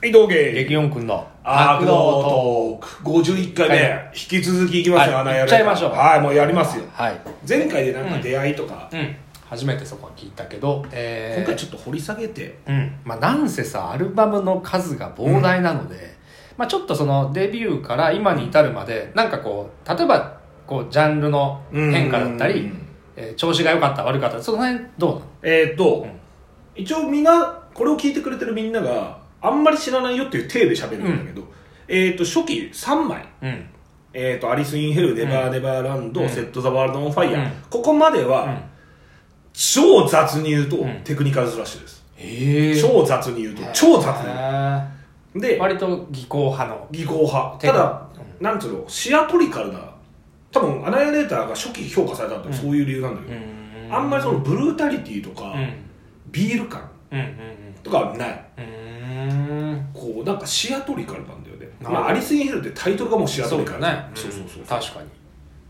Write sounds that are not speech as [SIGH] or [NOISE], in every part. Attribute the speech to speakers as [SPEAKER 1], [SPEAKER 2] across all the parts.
[SPEAKER 1] はい、道芸。
[SPEAKER 2] 激音くんの
[SPEAKER 1] アクドートーク。51回目、
[SPEAKER 2] はい
[SPEAKER 1] 引き続きいきますよ、
[SPEAKER 2] はい
[SPEAKER 1] あのやる
[SPEAKER 2] 行っちゃいましょう
[SPEAKER 1] はい、もうやりますよ。
[SPEAKER 2] はい、
[SPEAKER 1] 前回でなんか出会いとか、
[SPEAKER 2] うん、初めてそこは聞いたけど、えー
[SPEAKER 1] 今回ちょっと掘り下げて、
[SPEAKER 2] うんまあ、なんせさアルバムの数が膨大なので、まあ、ちょっとそのデビューから今に至るまでなんかこう例えばこうジャンルの変化だったり、
[SPEAKER 1] うん
[SPEAKER 2] えー調子が良かった悪かったその辺どうなの
[SPEAKER 1] えーっと、
[SPEAKER 2] うん
[SPEAKER 1] 一応みんな、これを聞いてくれてるみんながあんまり知らないよっていう体で喋るんだけど、えーっと、初期3枚。
[SPEAKER 2] うん
[SPEAKER 1] えー、とアリス・イン・ヘル、ネバー・ネバーランド、
[SPEAKER 2] うん
[SPEAKER 1] セット・ザ・ワールド・オン・ファイヤー、
[SPEAKER 2] うん
[SPEAKER 1] ここまでは、
[SPEAKER 2] うん
[SPEAKER 1] 超雑に言うと、
[SPEAKER 2] うん
[SPEAKER 1] テクニカルスラッシュです、
[SPEAKER 2] ええ
[SPEAKER 1] 超雑に言うと、超雑にで
[SPEAKER 2] 割と技巧派の
[SPEAKER 1] 技巧派
[SPEAKER 2] テク
[SPEAKER 1] ただ、なんつうのシアトリカルな多分アナイレーターが初期評価されたのって、
[SPEAKER 2] うん
[SPEAKER 1] そういう理由なんだけど、あんまりそのブルータリティとか、
[SPEAKER 2] うん
[SPEAKER 1] ビール感
[SPEAKER 2] うんうん
[SPEAKER 1] とかはない
[SPEAKER 2] うんうん
[SPEAKER 1] こうなんかシアトリカルなんだよね、
[SPEAKER 2] なるほ
[SPEAKER 1] ま
[SPEAKER 2] ど
[SPEAKER 1] あ、アリス・イン・ヘルってタイトルがもうシアト
[SPEAKER 2] そう
[SPEAKER 1] リカ
[SPEAKER 2] だ
[SPEAKER 1] ル
[SPEAKER 2] ね
[SPEAKER 1] そうそうそうそう
[SPEAKER 2] 確かに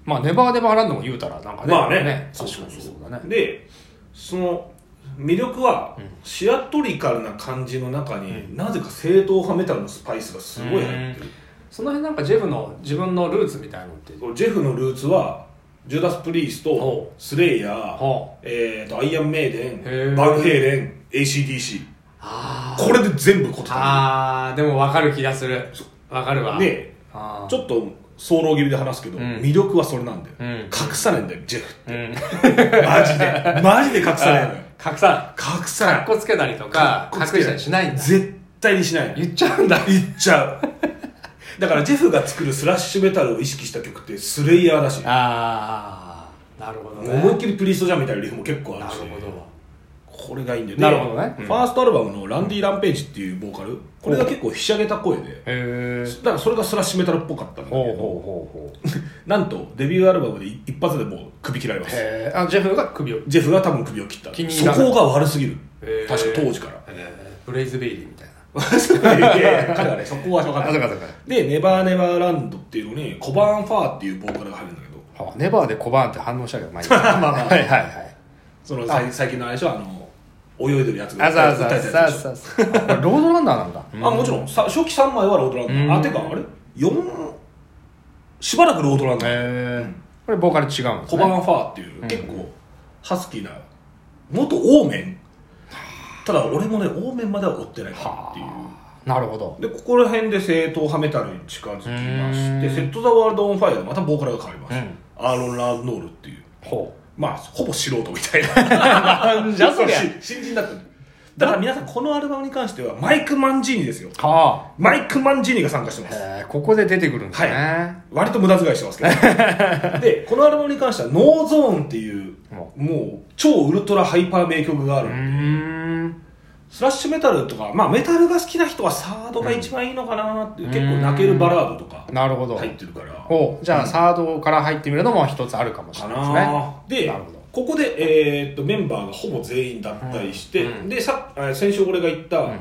[SPEAKER 2] まあネバーネバーランドも言うたらなんかね
[SPEAKER 1] まあね
[SPEAKER 2] 確かにそうだね
[SPEAKER 1] でその魅力は、
[SPEAKER 2] うん
[SPEAKER 1] シアトリカルな感じの中に、
[SPEAKER 2] う
[SPEAKER 1] なぜか正統派メタルのスパイスがすごい入ってる、
[SPEAKER 2] その辺なんかジェフの自分のルーツみたいなのって
[SPEAKER 1] ジェフのルーツはジュダス・プリース
[SPEAKER 2] お
[SPEAKER 1] ト
[SPEAKER 2] う
[SPEAKER 1] スレイヤー、
[SPEAKER 2] ほう
[SPEAKER 1] えー、とアイアン・メイデ
[SPEAKER 2] へ
[SPEAKER 1] ン
[SPEAKER 2] ー
[SPEAKER 1] バンヘイレン ACDC
[SPEAKER 2] あー
[SPEAKER 1] これで全部答えた
[SPEAKER 2] あーでも分かる気がする分かるわ
[SPEAKER 1] で
[SPEAKER 2] あー
[SPEAKER 1] ちょっと早漏気味で話すけど、
[SPEAKER 2] うん
[SPEAKER 1] 魅力はそれなんだよ、
[SPEAKER 2] うん
[SPEAKER 1] 隠さないんだよジェフ
[SPEAKER 2] うん
[SPEAKER 1] [LAUGHS] マジでマジで隠さないのよ
[SPEAKER 2] 隠さない
[SPEAKER 1] 隠さな
[SPEAKER 2] かっ
[SPEAKER 1] い
[SPEAKER 2] こつけたりとか
[SPEAKER 1] かっ
[SPEAKER 2] 隠
[SPEAKER 1] こつけない
[SPEAKER 2] したりしないんだ
[SPEAKER 1] 絶対にしないの
[SPEAKER 2] 言っちゃうんだ
[SPEAKER 1] 言っちゃうだからジェフが作るスラッシュメタルを意識した曲ってスレイヤーだし
[SPEAKER 2] ああなるほどね
[SPEAKER 1] 思いっきりプリストじゃんみたいなリフも結構あ
[SPEAKER 2] な
[SPEAKER 1] る
[SPEAKER 2] る
[SPEAKER 1] し
[SPEAKER 2] ほど
[SPEAKER 1] これがいいんだよ
[SPEAKER 2] なるほどね
[SPEAKER 1] でファーストアルバムの「ランディ・ランページ」っていうボーカルこれが結構ひしゃげた声で
[SPEAKER 2] へえ
[SPEAKER 1] だからそれがスラッシュメタルっぽかったんだけ
[SPEAKER 2] ほうほう
[SPEAKER 1] ど
[SPEAKER 2] ほうほう
[SPEAKER 1] なんとデビューアルバムで一発でもう首切られます
[SPEAKER 2] へえあジェフが首を
[SPEAKER 1] ジェフが多分首を切った
[SPEAKER 2] 気に入
[SPEAKER 1] そ
[SPEAKER 2] らない
[SPEAKER 1] こが悪すぎる
[SPEAKER 2] へー
[SPEAKER 1] 確か当時から
[SPEAKER 2] えーブレイズベイリーみたいな。
[SPEAKER 1] いやいや彼はねそこは分かんない
[SPEAKER 2] かそうか。
[SPEAKER 1] [LAUGHS] で「ネバーネバーランド」っていうのにコバーン・ファーっていうボーカルが入るんだけど
[SPEAKER 2] あネバーで小判って反応したけど、まあいいや
[SPEAKER 1] まあまあ
[SPEAKER 2] はいはいはい。
[SPEAKER 1] その最最近のあれでしょあの泳いでるやつ
[SPEAKER 2] あざあざ
[SPEAKER 1] 歌
[SPEAKER 2] あ
[SPEAKER 1] いたや
[SPEAKER 2] ざあ
[SPEAKER 1] つでしょ
[SPEAKER 2] ざあざ。これロードランナーなんだ。
[SPEAKER 1] あもちろんさ初期3枚はロードランナー
[SPEAKER 2] う
[SPEAKER 1] あ
[SPEAKER 2] ん
[SPEAKER 1] てかあれ4しばらくロードランナー
[SPEAKER 2] へえ。これボーカル違うんです
[SPEAKER 1] コ
[SPEAKER 2] ね
[SPEAKER 1] バンファーっていう、結構ハスキーな元オーメンただ俺もねオーメンまでは追ってないからっていう
[SPEAKER 2] なるほど。
[SPEAKER 1] でここら辺で正統派メタルに近づきまして
[SPEAKER 2] うん
[SPEAKER 1] セット・ザ・ワールド・オン・ファイアでまたボーカルが変わります、
[SPEAKER 2] うん
[SPEAKER 1] アーロン・ラーノールっていう
[SPEAKER 2] ほ
[SPEAKER 1] まあほぼ素人みたいな
[SPEAKER 2] う。 [LAUGHS] なんじゃそりゃ。
[SPEAKER 1] 新人だっただから皆さんこのアルバムに関してはマイク・マンジーニですよ
[SPEAKER 2] は
[SPEAKER 1] マイク・マンジーニが参加してま
[SPEAKER 2] あ。
[SPEAKER 1] す
[SPEAKER 2] へえ、ここで出てくるんですね。
[SPEAKER 1] 割と無駄遣いしてますけ
[SPEAKER 2] [LAUGHS]
[SPEAKER 1] どでこのアルバムに関しては「ノーゾーンっていう
[SPEAKER 2] う
[SPEAKER 1] もう超ウルトラハイパー名曲がある、
[SPEAKER 2] うーん。
[SPEAKER 1] スラッシュメタルとかまあメタルが好きな人はサードが一番いいのかなっていう、
[SPEAKER 2] うん
[SPEAKER 1] 結構泣けるバラードとか
[SPEAKER 2] なるほど
[SPEAKER 1] 入。ってるから
[SPEAKER 2] ほう。じゃあ、サードから入ってみるのも一つあるかもし
[SPEAKER 1] か
[SPEAKER 2] れ
[SPEAKER 1] なー
[SPEAKER 2] ないですね。
[SPEAKER 1] で
[SPEAKER 2] なるほど。
[SPEAKER 1] ここで、えーっとメンバーがほぼ全員だったりして、
[SPEAKER 2] うん
[SPEAKER 1] でさあ先週俺が言った、
[SPEAKER 2] ん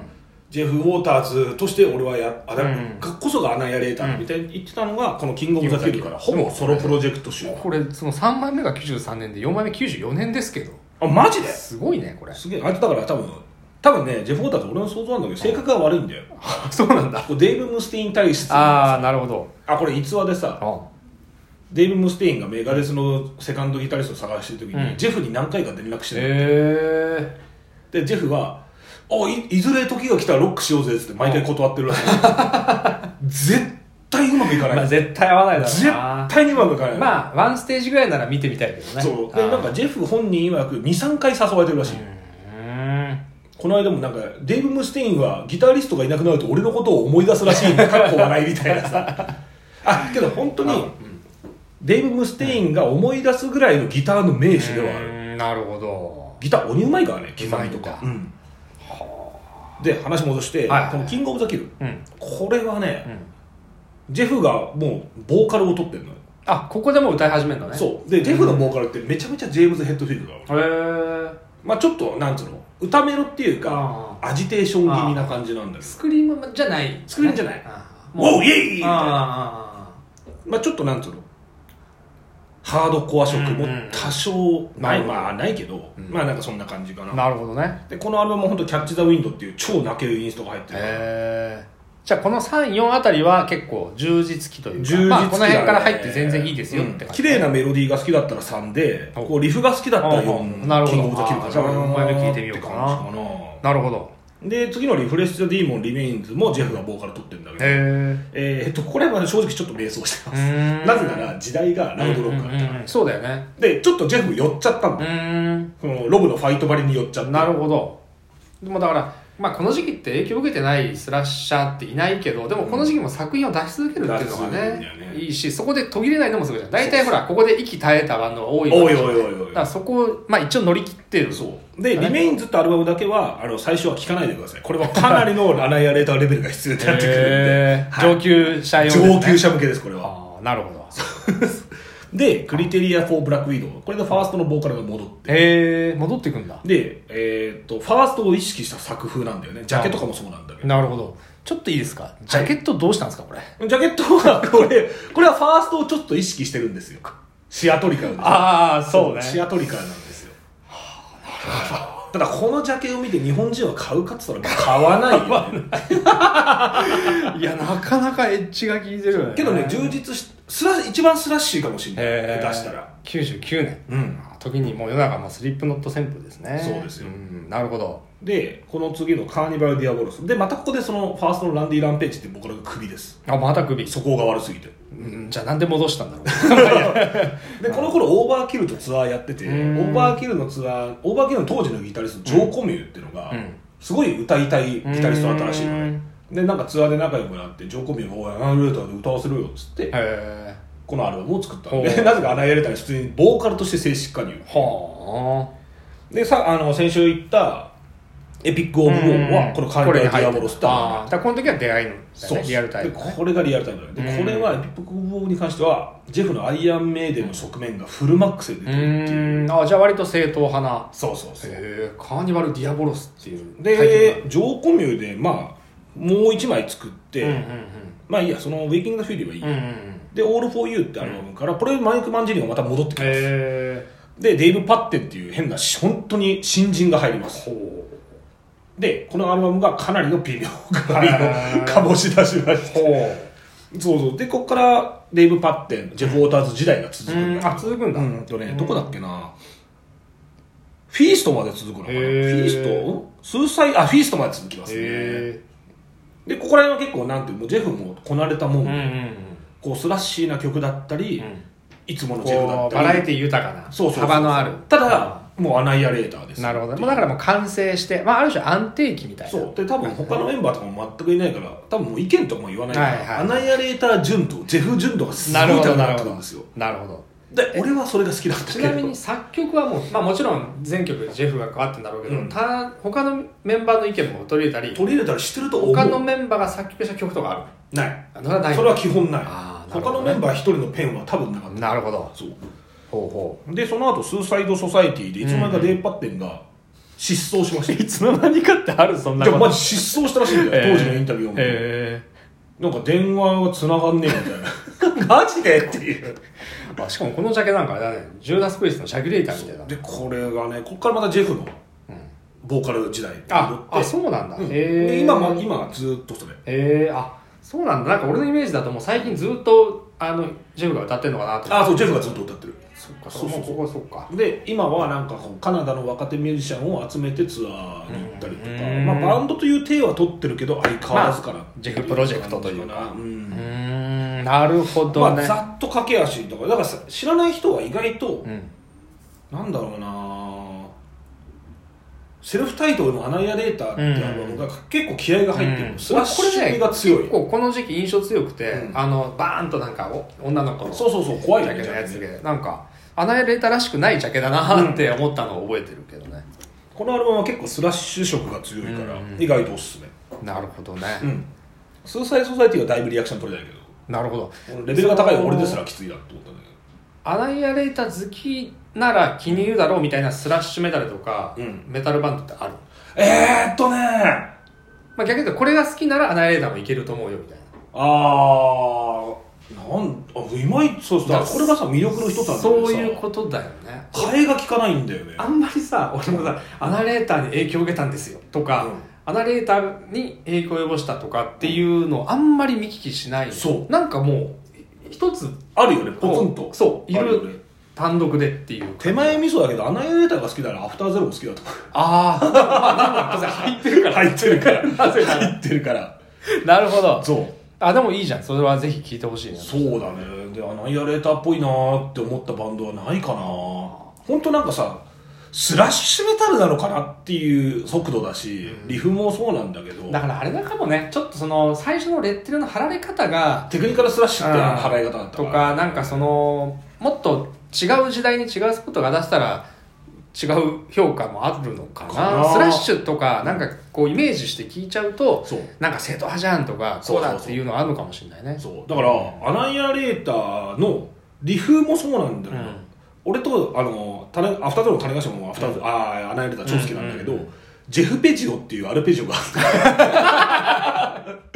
[SPEAKER 1] ジェフ・ウォーターズとして俺はやあだ、
[SPEAKER 2] うん
[SPEAKER 1] こそがアナやレーターみたいに言ってたのがこの「キングオブ・ザ・キル」からほぼソロプロジェクト集
[SPEAKER 2] これ、その3枚目が93年で4枚目94年ですけど。
[SPEAKER 1] あマジです
[SPEAKER 2] ごいね、これ。
[SPEAKER 1] すげえあいつだから多分多分ねジェフ・ウォーターズ俺の想像なんだけど性格が悪いんだよ
[SPEAKER 2] そうなんだ。
[SPEAKER 1] こうデイブ・ムスティーン体質あ
[SPEAKER 2] ああ、なるほど。
[SPEAKER 1] これ逸話でさデイブ・ムスティーンがメガデスのセカンドギタリストを探してる時に、
[SPEAKER 2] うん
[SPEAKER 1] ジェフに何回か連絡してる、
[SPEAKER 2] へえ
[SPEAKER 1] でジェフが「おいいずれ時が来たらロックしようぜ」っつって毎回断ってるらしい絶対うまくいかない、
[SPEAKER 2] まあ絶対合わないだろう
[SPEAKER 1] 絶
[SPEAKER 2] な
[SPEAKER 1] 対にうまくいかない、
[SPEAKER 2] まあワンステージぐらいなら見てみたいけどね
[SPEAKER 1] そう
[SPEAKER 2] あ
[SPEAKER 1] で
[SPEAKER 2] ー
[SPEAKER 1] なんかジェフ本人曰く23回誘われてるらしい、
[SPEAKER 2] うーん
[SPEAKER 1] この間もなんかデイブ・ムスティーンはギタリストがいなくなると俺のことを思い出すらしいんだかっこ笑いみたいな
[SPEAKER 2] [LAUGHS]
[SPEAKER 1] さあけど本当にデイブ・ムスティーンが思い出すぐらいのギターの名手ではある、
[SPEAKER 2] うーんなるほど
[SPEAKER 1] ギター鬼うまいからね刻み
[SPEAKER 2] う
[SPEAKER 1] と
[SPEAKER 2] まいんだ
[SPEAKER 1] か、うんで話戻して、
[SPEAKER 2] はいはい
[SPEAKER 1] この「キングオブ・ザ・キル
[SPEAKER 2] うん」
[SPEAKER 1] これはね、
[SPEAKER 2] うん
[SPEAKER 1] ジェフがもうボーカルを取ってるのよ、
[SPEAKER 2] あここでもう歌い始めるのね
[SPEAKER 1] そうでジェフのボーカルってめちゃめちゃジェームズ・ヘッドフィールドだ
[SPEAKER 2] へえ
[SPEAKER 1] まあちょっとなんつうの歌メロっていうかアジテーション気味な感じなんだけど
[SPEAKER 2] スクリームじゃない
[SPEAKER 1] スクリームじゃない
[SPEAKER 2] あー
[SPEAKER 1] 「ウォ
[SPEAKER 2] も
[SPEAKER 1] ー
[SPEAKER 2] う
[SPEAKER 1] イエイ!」みたいな
[SPEAKER 2] あ
[SPEAKER 1] まあ、ちょっとなんつうのハードコア色
[SPEAKER 2] うんう
[SPEAKER 1] も
[SPEAKER 2] んうん
[SPEAKER 1] 多少ない、
[SPEAKER 2] なるほど
[SPEAKER 1] まあないけど、
[SPEAKER 2] うん
[SPEAKER 1] まあなんかそんな感じかな
[SPEAKER 2] なるほどね
[SPEAKER 1] でこのアルバムも本当キャッチ・ザ・ウィンド」っていう超泣けるインストが入ってるから
[SPEAKER 2] へえじゃあこの34あたりは結構充実期というか、
[SPEAKER 1] 充実期だね
[SPEAKER 2] まあ、この辺から入って全然いいですよっ
[SPEAKER 1] うん
[SPEAKER 2] て感じ、
[SPEAKER 1] 綺麗なメロディーが好きだったら3で
[SPEAKER 2] お
[SPEAKER 1] こうリフが好きだったら4
[SPEAKER 2] おなるほど
[SPEAKER 1] キングオブザキルかな
[SPEAKER 2] じゃあ俺も前目聞いてみようかな
[SPEAKER 1] って感じか
[SPEAKER 2] なるほど
[SPEAKER 1] なで次の「リフレッシュ・ディーモン・リメインズ」もジェフがボーカル取ってるんだけど
[SPEAKER 2] へ
[SPEAKER 1] えーっとこれは正直ちょっと迷走してま
[SPEAKER 2] う
[SPEAKER 1] す
[SPEAKER 2] ーん
[SPEAKER 1] なぜなら時代が
[SPEAKER 2] え
[SPEAKER 1] ラウドロックだったから
[SPEAKER 2] そうだよね
[SPEAKER 1] でちょっとジェフ寄っちゃったん
[SPEAKER 2] う
[SPEAKER 1] だ
[SPEAKER 2] ーん
[SPEAKER 1] そのロブのファイトばりに寄っちゃった
[SPEAKER 2] なるほどでもだから、まあ、この時期って影響を受けてないスラッシャーっていないけどでもこの時期も作品を出し続けるってい
[SPEAKER 1] 出し
[SPEAKER 2] うのが
[SPEAKER 1] 続
[SPEAKER 2] ね
[SPEAKER 1] けるんだよね
[SPEAKER 2] いいしそこで途切れないのもすごいじゃん大体ほらここで息絶えたバンドが多いから
[SPEAKER 1] おいおいおいお
[SPEAKER 2] だ
[SPEAKER 1] い
[SPEAKER 2] からそこを、まあ、一応乗り切ってる
[SPEAKER 1] そうで「リメインズ」ってアルバムだけはあの最初は聴かないでくださいこれはかなりのラナイアレーターレベルが必要になってくるんで
[SPEAKER 2] へ、ー
[SPEAKER 1] はい
[SPEAKER 2] 上級者用ですね
[SPEAKER 1] 上級者向けですこれは
[SPEAKER 2] あーなるほど
[SPEAKER 1] で「クリテリア・フォー・ブラック・ウィドウ」これでファーストのボーカルが戻って
[SPEAKER 2] へえ戻ってくんだ
[SPEAKER 1] で、えー、とファーストを意識した作風なんだよねジャケットとかもそうなんだけど
[SPEAKER 2] なるほどちょっといいですかジャケットどうしたんですかこれ
[SPEAKER 1] ジャケットはこれこれはファーストをちょっと意識してるんですよシアトリカルです
[SPEAKER 2] ああ
[SPEAKER 1] シアトリカルなんですよただこのジャケを見て日本人は買うかっつったら買わないよ、ね、
[SPEAKER 2] いやなかなかエッジが効いてるよね
[SPEAKER 1] けどね充実しスラ一番スラッシーかもしれ
[SPEAKER 2] へ
[SPEAKER 1] ない下
[SPEAKER 2] ー
[SPEAKER 1] 手したら
[SPEAKER 2] 99年
[SPEAKER 1] うん
[SPEAKER 2] 時にもう世の中もスリップノット旋風ですね
[SPEAKER 1] そうですよ
[SPEAKER 2] んなるほど
[SPEAKER 1] でこの次のカーニバル・ディアボロスでまたここでそのファーストのランディ・ランページって僕らが首です
[SPEAKER 2] あまた首、
[SPEAKER 1] 素行が悪すぎて
[SPEAKER 2] うん、じゃあなんで戻し
[SPEAKER 1] [LAUGHS]
[SPEAKER 2] たんだろ
[SPEAKER 1] でこの頃オーバーキルとツアーやっててオ
[SPEAKER 2] うん
[SPEAKER 1] ーバーキルのツアーオーバーキルの当時のギタリストジョー・コミューっていうのが、
[SPEAKER 2] うん
[SPEAKER 1] すごい歌いたいギ
[SPEAKER 2] う
[SPEAKER 1] タリストだったらしいのね
[SPEAKER 2] ね
[SPEAKER 1] でなんかツアーで仲良くなってジョー・コミューが「おいアナウンレーターで歌わせろよ」っつって、
[SPEAKER 2] へ
[SPEAKER 1] このアルバムを作ったんで [LAUGHS]
[SPEAKER 2] ほう
[SPEAKER 1] なぜかアナウンレーターに普通にボーカルとして正式加入
[SPEAKER 2] えは
[SPEAKER 1] でさあの先週言った「エピック・オブ・ウォー」はこの「カーニバル・ディアボロス」ってアルバム
[SPEAKER 2] ああーだからこの時は出会いの、ね、
[SPEAKER 1] そう
[SPEAKER 2] リアルタイム
[SPEAKER 1] でこれがリアルタイムだよ
[SPEAKER 2] うん
[SPEAKER 1] でこれはエピック・オブ・ウォーに関してはジェフのアイアン・メイデンの側面がフルマックスで出て
[SPEAKER 2] う
[SPEAKER 1] るっていう
[SPEAKER 2] ーんあじゃあ割と正統派な
[SPEAKER 1] そうそうそう
[SPEAKER 2] へえカーニバル・ディアボロスっていうタイトルなんだ
[SPEAKER 1] でジョー・コミューでまあもう一枚作って、
[SPEAKER 2] うんうん
[SPEAKER 1] まあいいやその「ウェイキング・ザ・フューリー」はいい、
[SPEAKER 2] うんうんうん
[SPEAKER 1] で「オール・フォー・ユー」ってアルバムから、これマイク・マンジェリーがまた戻ってきます、
[SPEAKER 2] へ
[SPEAKER 1] でデイブ・パッテンっていう変な本当に新人が入りますでこのアルバムがかなりの微妙具合
[SPEAKER 2] へー
[SPEAKER 1] をかぼし出しまし
[SPEAKER 2] えほ
[SPEAKER 1] てそうそうでここからデイブ・パッテンジェフ・ウォーターズ時代が続
[SPEAKER 2] う
[SPEAKER 1] く
[SPEAKER 2] うんあ続くんだ、
[SPEAKER 1] うんとねどこだっけなフィーストまで続くのかな
[SPEAKER 2] へ
[SPEAKER 1] フ
[SPEAKER 2] ー
[SPEAKER 1] ィーストスーサイあフィーストまで続きますね
[SPEAKER 2] へ
[SPEAKER 1] でここら辺は結構なんていうもうジェフもこなれたもん
[SPEAKER 2] えうん
[SPEAKER 1] で、
[SPEAKER 2] うん
[SPEAKER 1] こうスラッシーな曲だったり、
[SPEAKER 2] うんうん
[SPEAKER 1] いつものジェフだ
[SPEAKER 2] こ
[SPEAKER 1] っ
[SPEAKER 2] うバラ
[SPEAKER 1] た
[SPEAKER 2] エ
[SPEAKER 1] り
[SPEAKER 2] ティ豊かな
[SPEAKER 1] そうそうそう
[SPEAKER 2] 幅のある
[SPEAKER 1] ただもうアナイアレーターです
[SPEAKER 2] なるほどもうだからもう完成して、まあ、ある種安定期みたいな
[SPEAKER 1] そうで多分他のメンバーとかも全くいないから多分もう意見とかも言わないから、
[SPEAKER 2] はいはい
[SPEAKER 1] アナイアレーター純とジェフ純度がすごい高くなってるんですよ
[SPEAKER 2] なるほど
[SPEAKER 1] で俺はそれが好きだったけ
[SPEAKER 2] ち
[SPEAKER 1] ど
[SPEAKER 2] なみに作曲はもう、まあ、もちろん全曲ジェフが変わってんだろうけど、
[SPEAKER 1] うん
[SPEAKER 2] た他のメンバーの意見も取り入れたり
[SPEAKER 1] 取り入れたら知ってると思う
[SPEAKER 2] 他のメンバーが作曲した曲とかある
[SPEAKER 1] ない
[SPEAKER 2] あのない
[SPEAKER 1] それは基本ない
[SPEAKER 2] あーなるほ
[SPEAKER 1] 他
[SPEAKER 2] ど
[SPEAKER 1] の
[SPEAKER 2] ね
[SPEAKER 1] メンバー一人のペンは多分なかった
[SPEAKER 2] なるほど
[SPEAKER 1] そう
[SPEAKER 2] ほうほ
[SPEAKER 1] でその後スーサイド・ソサイティでいつの間にかデイパッテンが失踪しました、
[SPEAKER 2] いつの間にかってあるそん
[SPEAKER 1] でもマジ失踪したらしいんだよ、当時のインタビューを見て、
[SPEAKER 2] え
[SPEAKER 1] なんか電話が繋がんねえ
[SPEAKER 2] [LAUGHS]
[SPEAKER 1] みたいなマジでっていう
[SPEAKER 2] あしかもこのジャケなんかあれだねジューダス・プリストのシャキュレーターみたいな
[SPEAKER 1] でこれがねここからまたジェフのボーカル時代に戻
[SPEAKER 2] あ
[SPEAKER 1] って
[SPEAKER 2] あそうなんだ、
[SPEAKER 1] うん
[SPEAKER 2] へ
[SPEAKER 1] で
[SPEAKER 2] え
[SPEAKER 1] 今も今ずっとそれ
[SPEAKER 2] えー、あそうなんだなんか俺のイメージだともう最近ずっとあのジェフが歌ってんのかなと思って
[SPEAKER 1] あそうジェフがずっと歌ってる
[SPEAKER 2] そっか
[SPEAKER 1] そ
[SPEAKER 2] そうう
[SPEAKER 1] そ
[SPEAKER 2] そうう
[SPEAKER 1] そ
[SPEAKER 2] そうこはそっか
[SPEAKER 1] で今はなんかこうカナダの若手ミュージシャンを集めてツアーに行ったりとか、
[SPEAKER 2] うん
[SPEAKER 1] まあ、バンドという体は取ってるけど相変わらずかな、
[SPEAKER 2] まあジェフプロジェクトというか
[SPEAKER 1] ん
[SPEAKER 2] うーんなるほ
[SPEAKER 1] ま
[SPEAKER 2] ど
[SPEAKER 1] あ、
[SPEAKER 2] ね、
[SPEAKER 1] ざっと駆け足とかだからさ知らない人は意外と、
[SPEAKER 2] うん
[SPEAKER 1] なんだろうなセルフタイトルの「アナイアレーター」っていうアルバムが結構気合が入ってる、
[SPEAKER 2] うん
[SPEAKER 1] スラッシュが強い、
[SPEAKER 2] 結構この時期印象強くて、
[SPEAKER 1] うん
[SPEAKER 2] あのバーンとなんかお女の子の
[SPEAKER 1] そうそうそう怖い
[SPEAKER 2] ジ
[SPEAKER 1] よ
[SPEAKER 2] ャ
[SPEAKER 1] ね
[SPEAKER 2] ケのやつでなんかアナレータらしくないジャケだなって思ったのを覚えてるけどね、
[SPEAKER 1] このアルバムは結構スラッシュ色が強いから、
[SPEAKER 2] うん
[SPEAKER 1] 意外とおすすめ
[SPEAKER 2] なるほどね、
[SPEAKER 1] うんスーサイソサイティはだいぶリアクション取れないけど
[SPEAKER 2] なるほど
[SPEAKER 1] レベルが高い俺ですらきついなって思ったんだ
[SPEAKER 2] アナイアレータ好きなら気に入るだろうみたいなスラッシュメタルとか、
[SPEAKER 1] うん
[SPEAKER 2] メタルバンドってある、
[SPEAKER 1] けどえー、っとね
[SPEAKER 2] まあ、逆に言うとこれが好きならアナイアレータもいけると思うよみたいな
[SPEAKER 1] あーなんあいまいちそうそうだからこれがさ魅力の一つなんだけど
[SPEAKER 2] そ
[SPEAKER 1] さ
[SPEAKER 2] ういうことだよね
[SPEAKER 1] 替えが効かないんだよね
[SPEAKER 2] あんまりさ俺もさアナレーターに影響を受けたんですよとか、
[SPEAKER 1] うん
[SPEAKER 2] アナレーターに影響を及ぼしたとかっていうのをあんまり見聞きしない
[SPEAKER 1] そう
[SPEAKER 2] なんかもう一つ
[SPEAKER 1] あるよねポツンと
[SPEAKER 2] そうい
[SPEAKER 1] あるよ
[SPEAKER 2] る
[SPEAKER 1] ね
[SPEAKER 2] 単独でっていう
[SPEAKER 1] 手前味噌だけどアナエーターが好きならアフターゼロも好きだと思 [LAUGHS]
[SPEAKER 2] あー、まあなんか入ってるか
[SPEAKER 1] う
[SPEAKER 2] ら
[SPEAKER 1] 入ってるから
[SPEAKER 2] そうだね
[SPEAKER 1] 入ってるから
[SPEAKER 2] なるほど
[SPEAKER 1] そう
[SPEAKER 2] あでもいいじゃんそれはぜひ聞いてほしいな
[SPEAKER 1] そうだねでアナイアレーターっぽいなーって思ったバンドはないかな本当なんかさスラッシュメタルなのかなっていう速度だし、リフもそうなんだけど
[SPEAKER 2] だからあれだかもねちょっとその最初のレッテルの貼られ方が
[SPEAKER 1] テクニカルスラッシュって
[SPEAKER 2] うん
[SPEAKER 1] 払い方だった
[SPEAKER 2] とかなんかそのもっと違う時代に違うスポットが出したら違う評価もあるのかな
[SPEAKER 1] かな
[SPEAKER 2] スラッシュとかなんかこうイメージして聞いちゃうと
[SPEAKER 1] そう
[SPEAKER 2] なんか正統派じゃんとか
[SPEAKER 1] そ
[SPEAKER 2] そうう
[SPEAKER 1] そうそう
[SPEAKER 2] だっていうのはあるのかもしれないね
[SPEAKER 1] そうだからアナイアレーターのリフもそうなんだ
[SPEAKER 2] う
[SPEAKER 1] けど、
[SPEAKER 2] ん
[SPEAKER 1] 俺とあのタレアフターゼロの種頭もアフターゼロ、あーアナイアレーター超好きなんだけど、
[SPEAKER 2] うんうん
[SPEAKER 1] ジェフ・ペジオっていうアルペジオが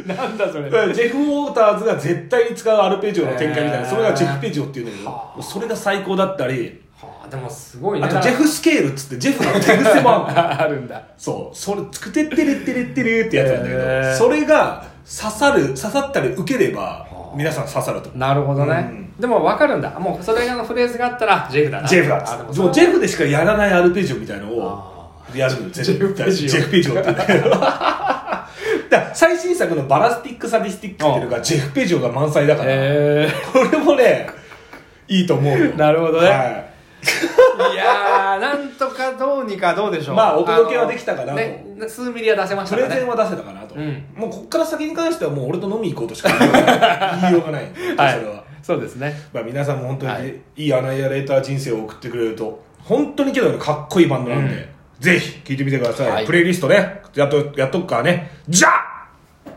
[SPEAKER 2] なんだそれ
[SPEAKER 1] だ
[SPEAKER 2] [LAUGHS]
[SPEAKER 1] からジェフ・ウォーターズが絶対に使うアルペジオの展開みたいな、
[SPEAKER 2] へー
[SPEAKER 1] それがジェフ・ペジオっていうんだけ
[SPEAKER 2] は
[SPEAKER 1] ど、それが最高だったり、
[SPEAKER 2] はあでもすごいね
[SPEAKER 1] あとジェフ・スケールっつって、ジェフの手癖もある
[SPEAKER 2] ああるんだ
[SPEAKER 1] そう、それ、つくてってれってれってれってやつなんだけど、
[SPEAKER 2] へー
[SPEAKER 1] それが刺さる、刺さったり受ければ、皆さん刺さると思う。
[SPEAKER 2] なるほどね、
[SPEAKER 1] うん
[SPEAKER 2] でも分かるんだもうそれ以外のフレーズがあったらジェフだな
[SPEAKER 1] ジェフだっ
[SPEAKER 2] あ
[SPEAKER 1] つ
[SPEAKER 2] でも
[SPEAKER 1] って
[SPEAKER 2] そ
[SPEAKER 1] も
[SPEAKER 2] れ
[SPEAKER 1] うジェフでしかやらないアルペジオみたいのを
[SPEAKER 2] あ
[SPEAKER 1] やるのよ
[SPEAKER 2] ジェフペジオ
[SPEAKER 1] ジェフ・ペジオって言うんだけどだから最新作の「バラスティック・サディスティック」っていうのがジェフ・ペジオが満載だか
[SPEAKER 2] ー
[SPEAKER 1] ら、
[SPEAKER 2] へ
[SPEAKER 1] これもねいいと思うよ [LAUGHS]
[SPEAKER 2] ーなるほどね、
[SPEAKER 1] はい
[SPEAKER 2] やー、なんとかどうにかどうでしょう。
[SPEAKER 1] まあお届けはできたかなと
[SPEAKER 2] あのね、数ミリは出せま
[SPEAKER 1] い
[SPEAKER 2] し
[SPEAKER 1] プ
[SPEAKER 2] た
[SPEAKER 1] レ
[SPEAKER 2] から
[SPEAKER 1] ゼン
[SPEAKER 2] ね。
[SPEAKER 1] は出せたかなと、
[SPEAKER 2] うん
[SPEAKER 1] もうこっから先に関してはもう俺と飲み行こうとしか言いようが言いようがないんでそれは、
[SPEAKER 2] はい。そうですね。
[SPEAKER 1] まあ、皆さんも本当に、
[SPEAKER 2] はいい、
[SPEAKER 1] いアナイアレーター人生を送ってくれると本当にけどかっこいいバンドなんで、
[SPEAKER 2] うん
[SPEAKER 1] ぜひ聴いてみてください、
[SPEAKER 2] はい
[SPEAKER 1] プレイリストねやっとやっとくからねじゃあ